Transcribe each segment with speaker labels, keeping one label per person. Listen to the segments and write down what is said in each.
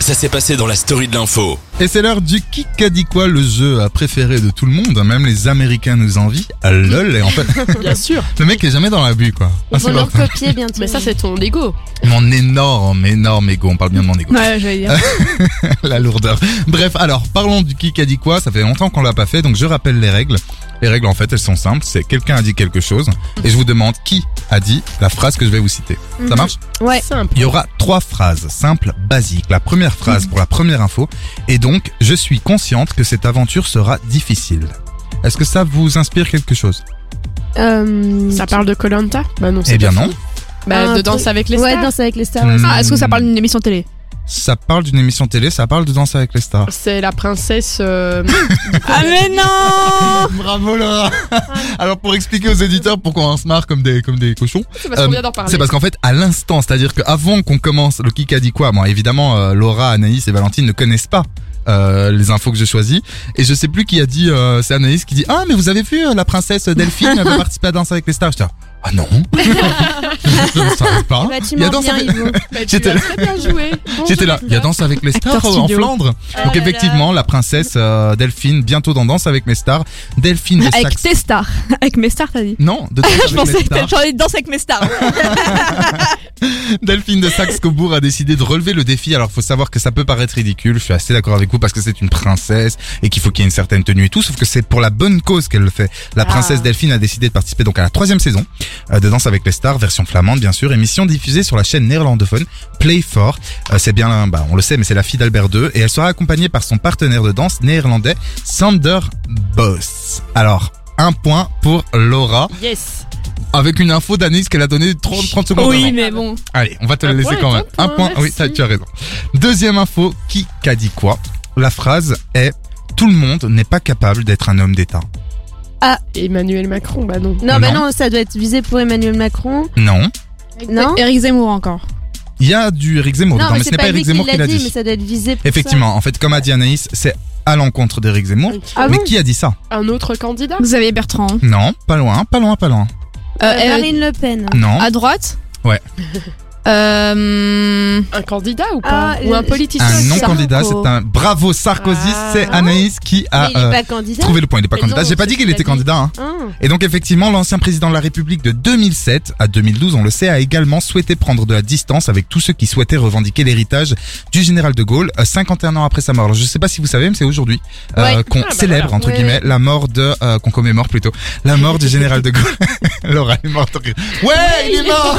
Speaker 1: Ça s'est passé dans la story de l'info.
Speaker 2: Et c'est l'heure du qui a dit quoi, le jeu à préféré de tout le monde. hein. Même les Américains nous envient. Ah, lol, et en fait,
Speaker 3: Bien sûr.
Speaker 2: le mec est jamais dans la bulle, quoi. Ah,
Speaker 4: Ils
Speaker 2: c'est
Speaker 4: vont leur
Speaker 2: parfait.
Speaker 4: copier bientôt.
Speaker 3: Mais ça, c'est ton ego.
Speaker 2: Mon énorme, énorme ego. On parle bien de mon ego.
Speaker 3: Ouais, j'allais dire.
Speaker 2: la lourdeur. Bref, alors parlons du qui a dit quoi. Ça fait longtemps qu'on l'a pas fait, donc je rappelle les règles. Les règles, en fait, elles sont simples. C'est quelqu'un a dit quelque chose et je vous demande qui a dit la phrase que je vais vous citer. Ça
Speaker 3: Mhm.
Speaker 2: marche
Speaker 4: Ouais.
Speaker 3: Simple.
Speaker 2: Il y aura trois phrases simples, basiques. La première phrase pour la première info et donc je suis consciente que cette aventure sera difficile. Est-ce que ça vous inspire quelque chose
Speaker 4: Euh,
Speaker 3: Ça parle de Colanta Bah non, c'est
Speaker 2: Eh bien
Speaker 3: pas
Speaker 2: non.
Speaker 3: fini. Bah,
Speaker 4: Un
Speaker 3: de
Speaker 4: truc-
Speaker 3: danse avec les
Speaker 4: ouais,
Speaker 3: stars.
Speaker 4: danse avec les stars.
Speaker 2: Hmm,
Speaker 5: Ah, est-ce que ça parle d'une émission télé
Speaker 2: Ça parle d'une émission télé, ça parle de Danse avec les stars.
Speaker 3: C'est la princesse. euh,
Speaker 5: Ah mais non
Speaker 2: Bravo Laura Alors pour expliquer aux éditeurs pourquoi on se marre comme des, comme des cochons,
Speaker 3: c'est parce qu'on
Speaker 2: Euh,
Speaker 3: vient d'en parler.
Speaker 2: C'est parce qu'en fait, à l'instant, c'est-à-dire qu'avant qu'on commence le qui a dit quoi, moi, évidemment, euh, Laura, Anaïs et Valentine ne connaissent pas euh, les infos que j'ai choisies. Et je sais plus qui a dit, euh, c'est Anaïs qui dit Ah, mais vous avez vu, euh, la princesse Delphine elle avait participé à Danse avec les stars. Je dis Ah non Je ne savais
Speaker 5: Eh
Speaker 2: pas.
Speaker 5: ben,
Speaker 4: Bah, tu
Speaker 2: Il y a
Speaker 4: m'en
Speaker 2: Danse
Speaker 4: viens,
Speaker 2: avec-
Speaker 4: Yvon.
Speaker 3: Bah, tu
Speaker 2: j'étais
Speaker 3: l'as
Speaker 2: là.
Speaker 3: très bien joué. Bon
Speaker 2: J'étais
Speaker 3: jeu,
Speaker 2: là, il y a Danse avec les stars euh,
Speaker 5: Acteur
Speaker 2: en
Speaker 5: studio.
Speaker 2: Flandre.
Speaker 5: Ah
Speaker 2: Donc
Speaker 4: là là.
Speaker 2: effectivement, la princesse euh, Delphine, bientôt dans Danse avec mes stars. Delphine de
Speaker 5: Avec
Speaker 2: Saxe-
Speaker 5: tes stars. Avec mes stars, t'as dit
Speaker 2: Non, de Danse
Speaker 5: Je
Speaker 2: avec
Speaker 5: pensais
Speaker 2: les
Speaker 5: que
Speaker 2: stars.
Speaker 5: t'avais changé de danse avec mes stars.
Speaker 2: Delphine de Saxe-Cobourg a décidé de relever le défi. Alors, faut savoir que ça peut paraître ridicule. Je suis assez d'accord avec vous parce que c'est une princesse et qu'il faut qu'il y ait une certaine tenue et tout. Sauf que c'est pour la bonne cause qu'elle le fait. La princesse Delphine a décidé de participer donc à la troisième saison euh, de Danse avec les stars, version flamande bien sûr, émission diffusée sur la chaîne néerlandophone Play 4. Euh, c'est bien, bah, on le sait, mais c'est la fille d'Albert II et elle sera accompagnée par son partenaire de danse néerlandais Sander Boss. Alors, un point pour Laura
Speaker 3: Yes.
Speaker 2: avec une info d'Anis qu'elle a donnée 30, 30 secondes avant.
Speaker 5: Oui, mais bon.
Speaker 2: Allez, on va
Speaker 4: Ah,
Speaker 2: te
Speaker 3: Un
Speaker 2: le laisser
Speaker 3: point
Speaker 2: quand
Speaker 3: est
Speaker 2: même.
Speaker 3: un
Speaker 2: un
Speaker 3: point,
Speaker 2: point, Ah oui,
Speaker 3: merci.
Speaker 2: t'as- tu as raison. Deuxième info, qui qu'a dit quoi La phrase est Tout le monde n'est pas capable d'être un homme d'État.
Speaker 3: Emmanuel Macron, bah non.
Speaker 4: Non, bah
Speaker 2: Non.
Speaker 4: non, ça doit être visé pour Emmanuel Macron.
Speaker 2: Non.
Speaker 4: Non
Speaker 5: Eric Zemmour encore.
Speaker 2: Il y a du Eric Zemmour dedans,
Speaker 4: Non, mais
Speaker 2: mais ce
Speaker 4: c'est
Speaker 2: n'est pas
Speaker 4: pas lui
Speaker 2: Eric
Speaker 4: qui
Speaker 2: Zemmour qui
Speaker 4: l'a
Speaker 2: l'a
Speaker 4: dit,
Speaker 2: dit.
Speaker 4: mais ça doit être visé pour ça.
Speaker 2: Effectivement, en fait, comme a dit Anaïs, c'est à l'encontre d'Eric Zemmour.
Speaker 4: Ah
Speaker 2: mais
Speaker 4: bon
Speaker 2: qui a dit ça
Speaker 3: Un autre candidat
Speaker 5: Xavier Bertrand.
Speaker 2: Non, pas loin, pas loin, pas loin.
Speaker 5: Euh,
Speaker 4: Euh,
Speaker 5: euh,
Speaker 4: Marine Le Pen.
Speaker 2: Non.
Speaker 5: à droite
Speaker 2: Ouais.
Speaker 5: Euh,
Speaker 3: Un candidat ou pas
Speaker 4: Ah,
Speaker 3: Ou un
Speaker 4: euh,
Speaker 3: politicien
Speaker 2: Un
Speaker 4: Sarko.
Speaker 2: non-candidat, c'est un bravo Sarkozy,
Speaker 3: Ah.
Speaker 2: c'est Anaïs qui
Speaker 4: Mais
Speaker 2: a
Speaker 4: il est
Speaker 2: euh,
Speaker 4: pas candidat.
Speaker 2: trouvé le point. Il n'est pas
Speaker 3: Mais
Speaker 2: candidat.
Speaker 3: non,
Speaker 2: J'ai pas
Speaker 3: c'est
Speaker 2: dit
Speaker 3: ce
Speaker 2: qu'il
Speaker 3: qu'il a
Speaker 2: était
Speaker 3: dit.
Speaker 2: candidat. hein.
Speaker 3: Ah.
Speaker 2: Et donc effectivement, l'ancien président de la République de 2007 à 2012, on le sait, a également souhaité prendre de la distance avec tous ceux qui souhaitaient revendiquer l'héritage du général de Gaulle euh, 51 ans après sa mort. Alors, je sais pas si vous savez, mais c'est aujourd'hui euh,
Speaker 5: Ouais.
Speaker 2: qu'on
Speaker 3: Ah, bah
Speaker 2: célèbre entre
Speaker 4: Ouais,
Speaker 2: guillemets la mort de euh, qu'on commémore plutôt la mort du général de Gaulle. Laura est morte. Ouais, il est mort.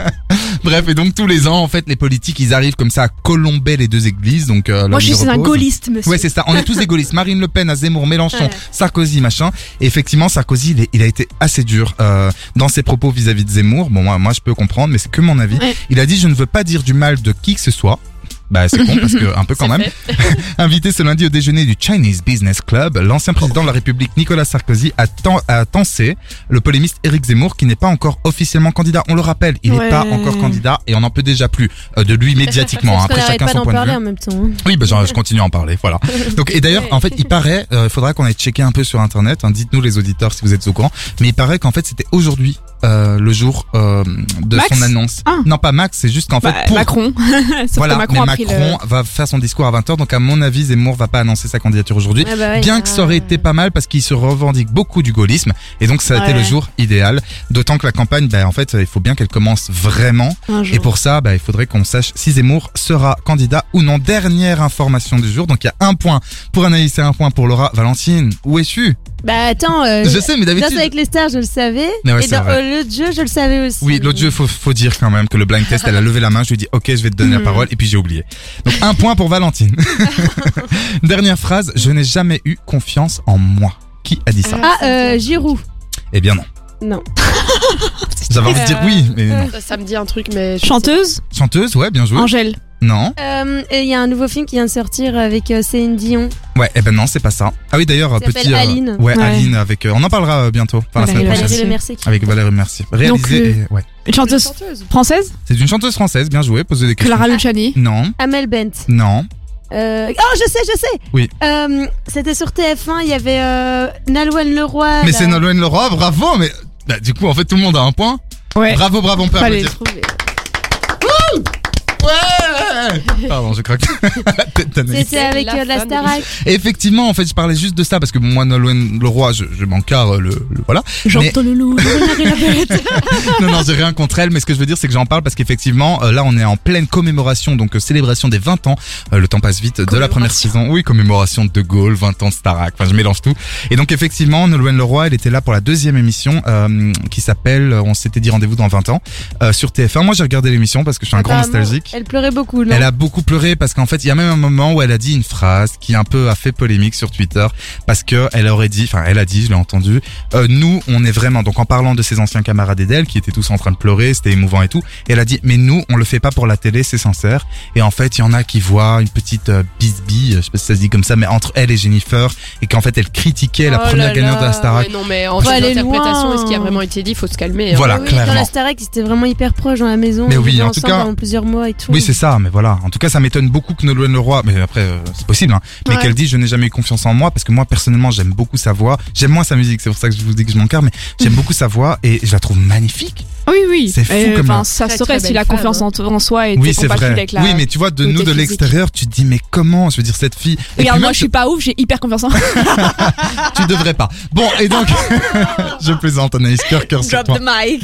Speaker 2: Bref, et donc tous les ans, en fait, les politiques, ils arrivent comme ça à colomber les deux églises. Donc euh, là
Speaker 5: moi
Speaker 2: où
Speaker 5: je
Speaker 2: ils
Speaker 5: suis un
Speaker 2: reposent.
Speaker 5: gaulliste, monsieur.
Speaker 2: Ouais, c'est ça. On est tous des gaullistes. Marine Le Pen, à Zemmour, Mélenchon,
Speaker 4: Ouais.
Speaker 2: Sarkozy, machin. Et effectivement, Sarkozy, il, est- il a été assez dur euh, dans ses propos vis-à-vis de Zemmour. Bon, moi, moi, je peux comprendre, mais c'est que mon avis.
Speaker 5: Ouais.
Speaker 2: Il a dit, je ne veux pas dire du mal de qui que ce soit. Bah, c'est con parce que un peu quand même. Invité ce lundi au déjeuner du Chinese Business Club, l'ancien président de la République Nicolas Sarkozy a, ten- a tensé le polémiste Éric Zemmour qui n'est pas encore officiellement candidat. On le rappelle, il n'est
Speaker 5: Ouais.
Speaker 2: pas encore candidat et on n'en peut déjà plus euh, de lui médiatiquement. hein.
Speaker 4: Parce qu'on
Speaker 2: Après,
Speaker 4: n'arrête
Speaker 2: chacun
Speaker 4: pas
Speaker 2: son
Speaker 4: d'en
Speaker 2: point de vue.
Speaker 4: parler en même temps. hein.
Speaker 2: Oui, ben, genre, je continue à en parler, voilà. Donc, et d'ailleurs, en fait, il paraît, euh, il faudra qu'on aille checker un peu sur Internet, hein, dites-nous les auditeurs si vous êtes au courant, mais il paraît qu'en fait, c'était aujourd'hui euh, le jour euh, de
Speaker 5: Max
Speaker 2: son annonce.
Speaker 5: Ah.
Speaker 2: Non, pas Max, c'est juste qu'en fait,
Speaker 5: Bah,
Speaker 2: pour...
Speaker 5: Macron. Sauf
Speaker 2: voilà,
Speaker 5: que Macron
Speaker 2: mais
Speaker 5: a pris
Speaker 2: Macron va faire son discours à 20h, donc à mon avis, Zemmour va pas annoncer sa candidature aujourd'hui.
Speaker 4: Ah bah ouais,
Speaker 2: Bien que ça aurait été pas mal parce qu'il se revendique beaucoup du gaullisme et donc ça a été
Speaker 5: Ouais.
Speaker 2: le jour idéal. D'autant que la campagne, ben, en fait, il faut bien qu'elle commence vraiment
Speaker 5: le... un jour.
Speaker 2: et pour ça, bah, il faudrait qu'on sache si Zemmour sera candidat ou non. Dernière information du jour. Donc il y a un point pour Anaïs et un point pour Laura. Valentine, où es-tu
Speaker 4: Bah attends, euh,
Speaker 2: Je sais, mais
Speaker 4: Danse
Speaker 2: d'habitude.
Speaker 4: avec les stars, je le savais.
Speaker 2: Mais ouais,
Speaker 4: Et
Speaker 2: c'est
Speaker 4: dans
Speaker 2: vrai.
Speaker 4: euh, l'autre jeu, je le savais aussi.
Speaker 2: Oui, l'autre jeu, faut, faut dire quand même que le blind test, elle a levé la main. Je lui ai dit, OK, je vais te donner la
Speaker 4: Mm.
Speaker 2: parole. Et puis j'ai oublié. Donc un point pour Valentine. Dernière phrase. Je n'ai jamais eu confiance en moi. Qui a dit ça
Speaker 4: Ah, euh, Giroud.
Speaker 2: Eh bien non.
Speaker 4: Non. Euh,
Speaker 2: J'avais envie de dire oui, mais non.
Speaker 3: Ça, ça me dit un truc, mais. je-
Speaker 5: Chanteuse
Speaker 2: Chanteuse, ouais, bien joué.
Speaker 5: Angèle.
Speaker 2: Non.
Speaker 4: Euh, et Il y a un nouveau film qui vient de sortir avec euh, Céline Dion.
Speaker 2: Ouais, eh ben non, c'est pas ça. Ah oui, d'ailleurs,
Speaker 4: Ça
Speaker 2: petit.
Speaker 4: s'appelle Aline.
Speaker 2: Ouais,
Speaker 5: Ouais.
Speaker 2: Aline avec. euh, on en parlera euh, bientôt. Enfin, la
Speaker 5: Valérie
Speaker 2: semaine
Speaker 5: Le
Speaker 2: prochaine.
Speaker 4: Valérie
Speaker 5: Mercier.
Speaker 4: Le Mercier.
Speaker 2: Avec Valérie Mercier. Réalisé
Speaker 5: Donc, le-
Speaker 2: et- ouais.
Speaker 5: Une
Speaker 3: Une
Speaker 5: chanteuse
Speaker 3: chanteuse.
Speaker 5: française
Speaker 2: C'est une chanteuse française, bien jouée, posez des questions.
Speaker 5: Clara Luciani.
Speaker 2: Ah. Non,
Speaker 4: Amel Bent.
Speaker 2: non.
Speaker 4: Euh, Oh, je sais, je sais.
Speaker 2: Oui.
Speaker 4: Euh, C'était sur TF1, il y avait euh, Nalouen Leroy.
Speaker 2: Mais
Speaker 4: là.
Speaker 2: c'est Nolwenn Leroy, bravo, mais bah, du coup, en fait, tout le monde a un point.
Speaker 5: Ouais.
Speaker 2: Bravo, bravo, on peut
Speaker 5: Fallait
Speaker 2: applaudir.
Speaker 5: le trouver.
Speaker 2: Ouais Pardon, je craque. La tête d'Anaïs.
Speaker 4: C'était avec
Speaker 3: la
Speaker 4: euh, de la
Speaker 3: fan.
Speaker 4: Starac.
Speaker 2: Effectivement, en fait, je parlais juste de ça parce que moi, Nolwenn Leroy, je, je m'encarre le, le- voilà.
Speaker 5: J'entends le loup.
Speaker 2: Non, non, j'ai rien contre elle, mais ce que je veux dire, c'est que j'en parle parce qu'effectivement, euh, là, on est en pleine commémoration, donc euh, célébration des 20 ans. Euh, le temps passe vite de la première saison. Oui, commémoration de De Gaulle, 20 ans de Starac. Enfin, je mélange tout. Et donc, effectivement, Nolwenn Leroy, elle était là pour la deuxième émission euh, qui s'appelle euh, On s'était dit rendez-vous dans 20 ans euh, sur TF1. Moi, j'ai regardé l'émission parce que je suis un grand
Speaker 4: Apparemment,
Speaker 2: nostalgique.
Speaker 4: Bah, Elle pleurait beaucoup, non
Speaker 2: Elle a beaucoup pleuré parce qu'en fait, il y a même un moment où elle a dit une phrase qui un peu a fait polémique sur Twitter parce que elle aurait dit, enfin, elle a dit, je l'ai entendu, euh, nous, on est vraiment, donc en parlant de ses anciens camarades et d'elle qui étaient tous en train de pleurer, c'était émouvant et tout, et elle a dit, mais nous, on le fait pas pour la télé, c'est sincère. Et en fait, il y en a qui voient une petite euh, bisbille, je sais pas si ça se dit comme ça, mais entre elle et Jennifer et qu'en fait, elle critiquait la
Speaker 4: Oh
Speaker 2: première
Speaker 4: là
Speaker 2: gagnante de
Speaker 4: là,
Speaker 2: la Starac.
Speaker 3: Ouais, non, mais en
Speaker 4: Faut
Speaker 3: termes
Speaker 4: aller
Speaker 3: d'interprétation,
Speaker 4: loin.
Speaker 3: est-ce qui a vraiment été dit Faut se calmer. hein.
Speaker 2: Voilà,
Speaker 4: Oui,
Speaker 2: clairement.
Speaker 4: Dans la Starac, ils étaient vraiment hyper proches dans la maison.
Speaker 2: Mais
Speaker 4: ils
Speaker 2: oui,
Speaker 4: vivaient
Speaker 2: en tout
Speaker 4: ensemble
Speaker 2: cas-
Speaker 4: pendant plusieurs mois et tout.
Speaker 2: Oui, c'est ça, mais voilà. En tout cas, ça m'étonne beaucoup que Nolwenn Leroy, mais après, euh, c'est possible, hein, mais
Speaker 4: Ouais.
Speaker 2: qu'elle dise je n'ai jamais eu confiance en moi parce que moi, personnellement, j'aime beaucoup sa voix. J'aime moins sa musique, c'est pour ça que je vous dis que je m'encarre, mais j'aime beaucoup sa voix et je la trouve magnifique.
Speaker 5: Ah Oui, oui.
Speaker 2: C'est fou
Speaker 5: Et,
Speaker 2: comme
Speaker 5: enfin,
Speaker 2: un-
Speaker 5: ça
Speaker 3: Très,
Speaker 5: serait
Speaker 3: très
Speaker 5: si la
Speaker 3: belle femme, hein.
Speaker 5: confiance en, en soi était
Speaker 2: oui, c'est
Speaker 5: compatible
Speaker 2: vrai.
Speaker 5: avec la.
Speaker 2: Oui, mais tu vois, de
Speaker 5: beauté
Speaker 2: nous, de
Speaker 5: physique.
Speaker 2: l'extérieur, tu te dis, mais comment, je veux dire, cette fille. Et
Speaker 5: Regarde,
Speaker 2: puis
Speaker 5: moi
Speaker 2: même,
Speaker 5: je suis pas ouf, j'ai hyper confiance en
Speaker 2: tu devrais pas. Bon, et donc, je plaisante, Anaïs, cœur, cœur sur
Speaker 5: Drop
Speaker 2: point.
Speaker 5: the mic.